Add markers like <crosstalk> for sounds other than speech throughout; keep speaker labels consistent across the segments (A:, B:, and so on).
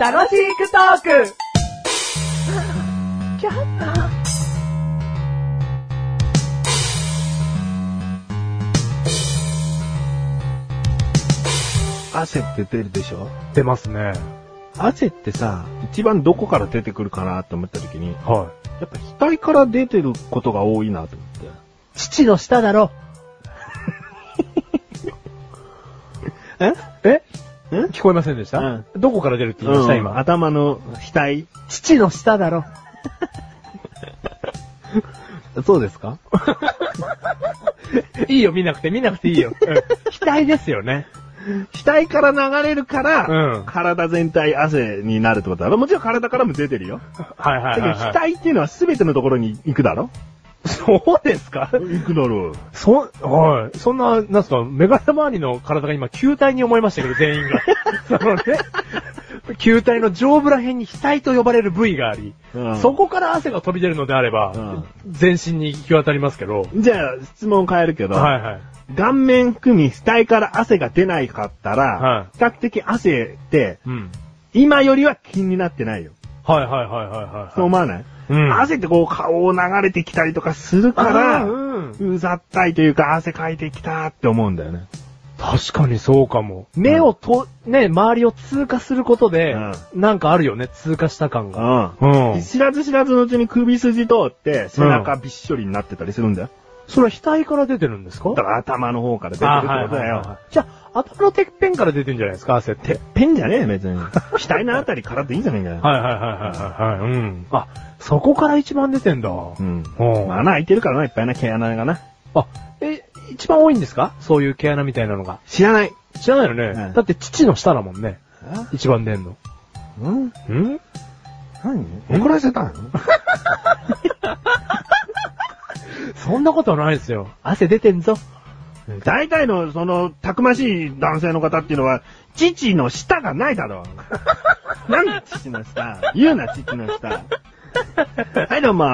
A: 楽しくトーク
B: 汗って出るでしょ
C: 出ますね。
B: 汗ってさ、一番どこから出てくるかなと思った時に、
C: は
B: やっぱ額から出てることが多いなと思って。
C: い。父の下だろ。
B: <laughs> え
C: え
B: ん
C: 聞こえませんでした、
B: うん
C: どこから出るって言いました、
B: うん
C: 今。
B: 頭の額。
C: 父の下だろ。
B: <laughs> そうですか
C: いいよ、見なくて、見なくてい
B: <laughs>
C: いよ。うん額ですよね。
B: 額から流れるから、
C: うん
B: 体全体汗になるってことだろもちろん体からも出てるよ。
C: はい
B: だ
C: は
B: け
C: い
B: ど
C: はい、はい。
B: 額っていうのは全てのところに行くだろ
C: そうですか
B: 行くだろう。
C: そ、はい。そんな、なんすか、メガネ周りの体が今、球体に思いましたけど、全
B: <laughs>
C: 員が。そのね、球体の上部ら辺に額と呼ばれる部位があり、
B: うん
C: そこから汗が飛び出るのであれば、全身に行き渡りますけど、
B: じゃあ、質問変えるけど、
C: はいはい。
B: 顔面含み額から汗が出ないかったら、
C: は
B: 比較的汗って、
C: うん。
B: 今よりは気になってないよ。
C: はいはいはいはいはいはい。
B: そう思わない、
C: うん
B: 汗ってこう顔を流れてきたりとかするか
C: あー
B: ら、
C: うん。
B: うざったいというか汗かいてきたって思うんだよね。
C: 確かにそうかも。目をと、ね、周りを通過することで、
B: う
C: なんかあるよね、通過した感が。
B: う
C: うん
B: ん。。知らず知らずのうちに首筋通って背中びっしょりになってたりするんだよ。
C: それは額から出てるんですか
B: だから頭の方から出てるってことだ
C: あはいはいはいは
B: よ。
C: いじゃあ、頭のてっぺんから出てんじゃないですか、汗って。
B: ペンじゃねえよ別
C: <laughs>
B: に。額のあたりからっていいんじゃねえかよ。
C: はいはいはいはいはい。うん。あ、そこから一番出てんだ。う
B: うん。
C: ん。
B: 穴開いてるからな、いっぱいな、毛穴がな。
C: あ、え、一番多いんですかそういう毛穴みたいなのが。
B: 知らない。
C: 知らないよね。
B: うん
C: だって父の下だもんね。一番出んの。
B: うん
C: ん
B: 何怒らせたの
C: そんなことはないですよ。汗出てんぞ。
B: <laughs> 大体の、その、たくましい男性の方っていうのは、父の舌がないだろ <laughs> う。何父の舌言うな、父の舌。はい、どうも。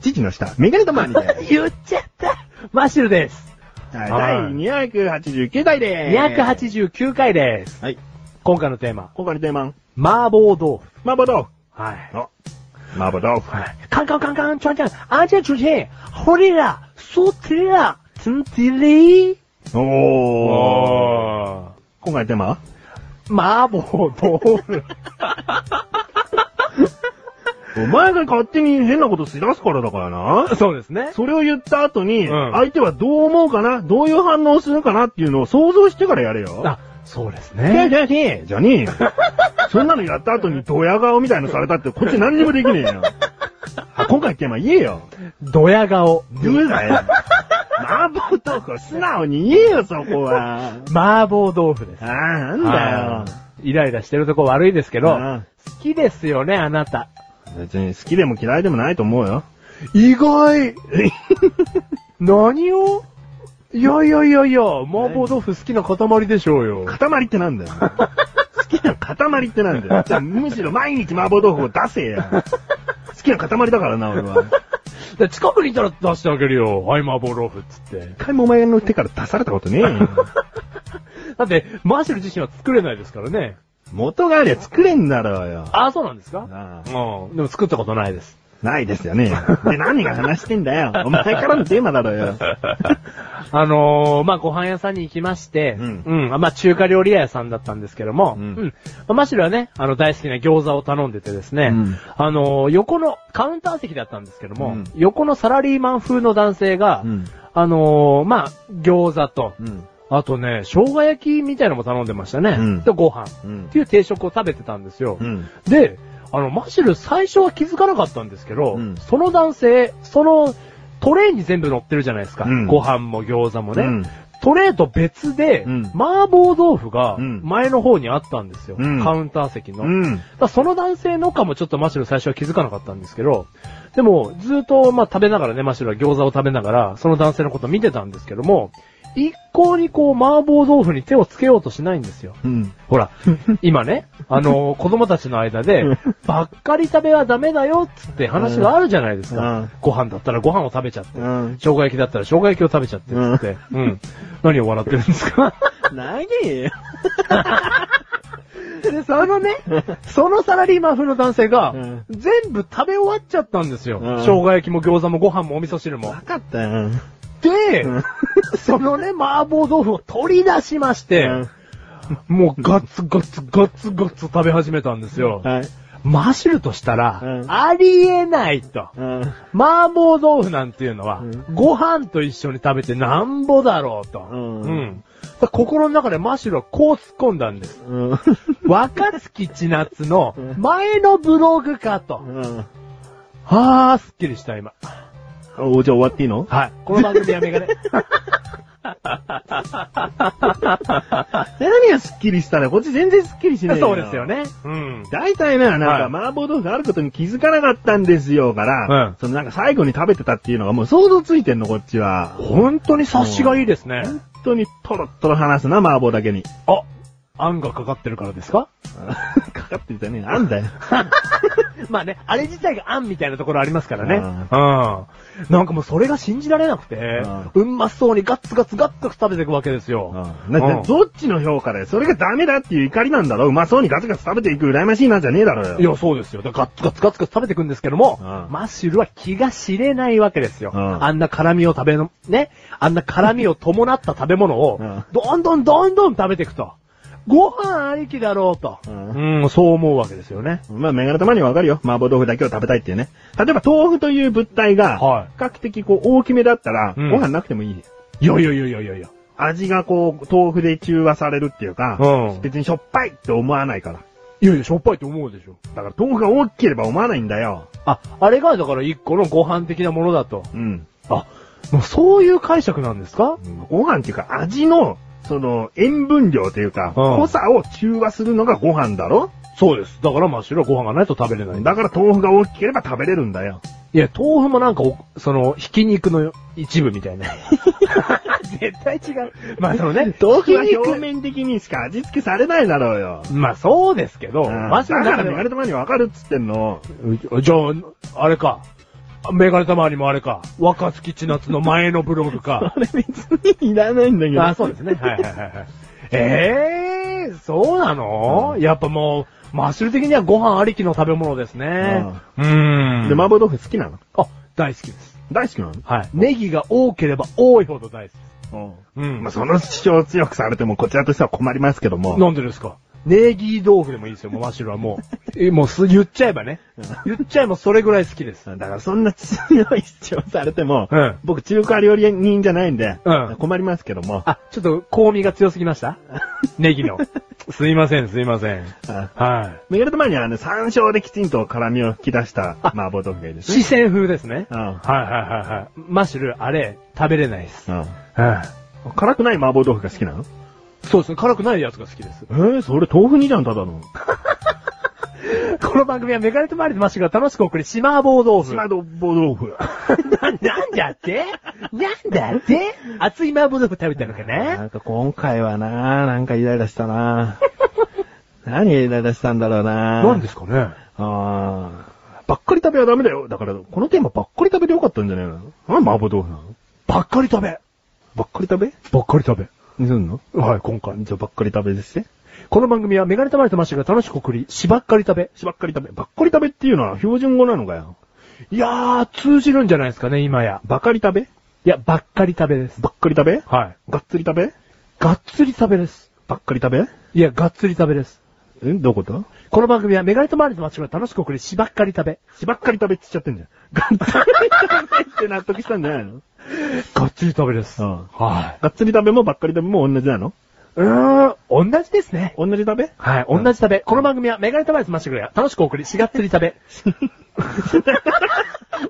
B: 父の舌。メガネとマニです。
C: <laughs> 言っちゃったマッシュルです。
B: はい、
C: は
B: 第
C: い
B: 289回でーす。
C: 289回です。
B: はい。
C: 今回のテーマ、
B: 今回のテーマ、
C: 麻婆豆腐。
B: 麻婆豆腐。
C: はい。
B: お、麻婆豆腐。
C: カンカンカンカン、チョンチョン、アンチェンチュチェン、ホリラ、ソテラ、ツンテリー。
B: おー。
C: おー。
B: 今回のテーマは
C: 麻婆豆腐。
B: お前が勝手に変なことしだすからだからな。
C: <laughs> そうですね。
B: それを言った後に、
C: うん
B: 相手はどう思うかなどういう反応するかなっていうのを想像してからやれよ。
C: あ、そうです
B: いやい
C: ね。
B: やいやじゃねえ
C: <laughs>
B: よ。そんなのやった後にドヤ顔みたいのされたって、こっち何にもできねえよ。あ今回テーマ言えよ。
C: ドヤ顔。
B: 言うなよ。麻婆豆腐を素直に言えよ、そこは。
C: 麻婆豆腐です
B: あ。あ、な
C: は
B: んだよ。
C: いイライラしてるとこ悪いですけど、
B: うん
C: 好きですよね、あなた。
B: 別に好きでも嫌いでもないと思うよ。
C: 意 <laughs> 外何をいやいやいやいや、麻婆豆腐好きな塊でしょうよ。
B: 塊って <laughs> なんだよ。好きな塊ってなんだよ。じゃあむしろ毎日麻婆豆腐を出せや。好きな塊だからな、俺は。
C: で近くにいたら出してあげるよ。はい、麻婆豆腐っつって
B: 一。回もお前の手から出されたことねえよ。
C: だって、マーシャル自身は作れないですからね。
B: 元がありゃ作れんだろうよ。
C: ああ、そうなんですか
B: なあ
C: うん。でも作ったことないです。
B: ないですよね。で、何が話してんだよ。お前からのテーマだろうよ。
C: あのー、まあ、ご飯屋さんに行きまして、
B: うん
C: うん。まあ、中華料理屋さんだったんですけども、
B: う
C: うんん。まあ、マシルはね、あの、大好きな餃子を頼んでてですね、
B: うん
C: あのー、横の、カウンター席だったんですけども、
B: うん
C: 横のサラリーマン風の男性が、
B: うん
C: あのー、まあ、餃子と、
B: うん。
C: あとね、生姜焼きみたいのも頼んでましたね。
B: うん
C: で、ご飯、
B: うん
C: っていう定食を食べてたんですよ。
B: ん。
C: で、あの、マシル最初は気づかなかったんですけど、
B: うん
C: その男性、そのトレーに全部乗ってるじゃないですか。
B: うん
C: ご飯も餃子もね。
B: うん
C: トレーと別で、
B: うん
C: 麻婆豆腐が
B: うん
C: 前の方にあったんですよ。
B: うん
C: カウンター席の。だ
B: うん。
C: からその男性のかもちょっとマシル最初は気づかなかったんですけど、でもずっとまあ食べながらね、マシルは餃子を食べながら、その男性のこと見てたんですけども、一向にこう麻婆豆腐に手をつけようとしないんですよ。
B: うん。<laughs>
C: ほら、今ね、あのー子供たちの間で
B: うん、
C: ばっかり食べはダメだよ、つって話があるじゃないですか。
B: うん
C: ご飯だったらご飯を食べちゃって、
B: うん。
C: 生姜焼きだったら生姜焼きを食べちゃって、つって、うん。何を笑ってるんですか
B: なげよ。
C: で、その
B: <laughs>
C: ね、そのサラリーマン風の男性が、
B: うん
C: 全部食べ終わっちゃったんですよ。
B: うん
C: 生姜焼きも餃子もご飯もお味噌汁も
B: わ。かったよ。
C: で、
B: うん
C: <laughs> そのね、麻婆豆腐を取り出しまして、
B: うん
C: もうガツガツガツガツ食べ始めたんですよ。
B: はい。
C: マシュルとしたら、
B: うん
C: ありえないと。
B: うん。
C: 麻婆豆腐なんていうのは、
B: うん
C: ご飯と一緒に食べてなんぼだろうと。
B: うん
C: だから心の中でマシュルはこう突っ込んだんです。
B: うん。
C: 若月千夏の
B: うん
C: 前のブログかと。
B: うん。
C: あー、すっきりした今。
B: お、じゃあ終わっていいの
C: はい。この番組やめがね。
B: 何がスッキリしたら、こっち全然スッキリしない
C: <laughs> そうですよ。ね。うん。
B: 大体な、
C: はい
B: なんか、麻婆豆腐があることに気づかなかったんですよ、から、
C: うん
B: そのなんか最後に食べてたっていうのがもう想像ついてんの、こっちは。
C: 本当に察しがいいですね。
B: 本当にトロットロ話すな、麻婆だけに。 <laughs>
C: あ、あんがかかってるからですか
B: かかってるじゃねえなんだよ。
C: まあね、あれ自体があんみたいなところありますからね。
B: う
C: うん。なんかもうそれが信じられなくて、うんまそうにガッツガツガッツガツ食べていくわけですよ。
B: な
C: うん
B: どっちの評価だよ。それがダメだっていう怒りなんだろう。まそうにガツガツ食べていく羨ましいなんじゃねえだろう
C: い
B: よ。
C: や、そうですよ。だからガッツガツガツガツ食べていくんですけども、
B: うん
C: マッシュルは気が知れないわけですよ。
B: うん
C: あんな辛味を食べの、ね、あんな辛味を伴った食べ物を
B: うん、
C: どんどんどんどん食べていくと。ご飯ありきだろうと。
B: うん
C: うん、そう思うわけですよね。
B: まあ、メガネたまにはわかるよ。麻婆豆腐だけを食べたいっていうね。例えば、豆腐という物体が、
C: は
B: 比較的こう大きめだったら、
C: うん
B: ご飯なくてもいい。
C: い。いやいやいやいやいやいや。
B: 味がこう、豆腐で中和されるっていうか、
C: うん
B: 別にしょっぱいって思わないから。
C: いやいや、しょっぱいと思うでしょ。
B: だから豆腐が大きければ思わないんだよ。
C: あ、あれがだから一個のご飯的なものだと。
B: うん。
C: あ、もうそういう解釈なんですか
B: ご飯っていうか味の、その、塩分量というか、
C: うん
B: 濃さを中和するのがご飯だろ
C: そうです。だから真っ白はご飯がないと食べれないんだ。
B: だから豆腐が大きければ食べれるんだよ。
C: いや、豆腐もなんかお、その、ひき肉の一部みた
B: <laughs>
C: いな。絶対違う。まあそのね、
B: 豆腐は
C: ひき肉
B: 表面的にしか味付けされないだろうよ。
C: まあそうですけど、
B: うんだ
C: マッシュルの
B: から
C: 中で
B: メガネたまにわかるっつってんの。
C: うじゃあ、あれか。メガネたまわりもあれか。若月千夏の前のブログか。
B: <laughs> れ別にいらないんだけ
C: あ、そうですね。はいはいはいはい。ええー、そうなの、やっぱもう、マッシュル的にはご飯ありきの食べ物ですね。うーん。
B: で、麻婆豆腐好きなの
C: あ、大好きです。
B: 大好きなの
C: はい。ネギが多ければ多いほど大好きです。う
B: うん
C: ん。
B: まあ、その主張を強くされても、こちらとしては困りますけども。
C: なんでですかネギ豆腐でもいいですよ、もうマッシュルはもう。 <laughs> えもうす、言っちゃえばね。言っちゃえばそれぐらい好きです。
B: だからそんな強い主張されても、
C: うん
B: 僕中華料理人じゃないんで、
C: うん
B: 困りますけども。
C: あ、ちょっと香味が強すぎました <laughs> ネギの。すいません、すいません。
B: あ
C: はい。
B: メガネと前にはね、山椒できちんと辛味を引き出した
C: あ
B: 麻婆豆腐がいいですね。
C: 四川風ですね。
B: うん
C: はいはいはいはい。マッシュル、あれ、食べれないです。
B: う
C: うん。
B: ん。辛くない麻婆豆腐が好きなの
C: そうですね、辛くないやつが好きです。
B: えー、それ豆腐にじゃん、ただの。
C: <laughs> この番組はメガネとマリとマッシュルが楽しく送るシマーボー豆腐。
B: 麻婆豆腐。
C: <laughs> な、なんだってなんだって熱い麻婆豆腐食べたのかな
B: なんか今回はななんかイライラしたな <laughs> 何がイライラしたんだろうな
C: なんですかね
B: ああ。ばっかり食べはダメだよ。だから、このテーマばっかり食べでよかったんじゃないのなんで麻婆豆腐なの
C: ばっかり食べ。
B: ばっかり食べ
C: ばっかり食べ。
B: にすんの
C: はい、今回。
B: じゃあばっかり食べですね。
C: この番組はメガネたまりとマッシュルが楽しく送り、しばっかり食べ。
B: ばっかり食べ。ばっかり食べっていうのは標準語なのかよ。
C: いやー、通じるんじゃないですかね、今や。
B: ばかり食べ
C: いや、ばっかり食べです。
B: ばっかり食べ
C: はい。
B: がっつり食べ
C: がっつり食べです。
B: ばっかり食べ
C: いや、がっつり食べです。
B: えどういうこと
C: この番組はメガネとマリとマッシュルが楽しく送り、しばっかり食べ。
B: しばっかり食べって言っちゃってんじゃん。がっつり食べって納得したんじゃないの
C: がっつり食べです。
B: うん
C: はい。
B: がっつり食べもばっかり食べも同じなの
C: うーん、同じですね。
B: 同じ食べ <laughs>
C: はい、同じ食べ。この番組はメガネとマリとマッシュルが楽しく送り、しがっつり食べ。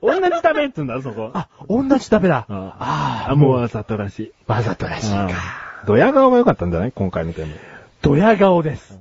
B: 同じ食べっつうんだ、そこ。
C: あ、同じ食べだ。
B: うん
C: あ
B: あ、
C: ー、
B: もう
C: もう、
B: わざとらしい。
C: わざとらしいか。
B: ドヤ顔が良かったんじゃない今回のテーマ。
C: ドヤ顔です。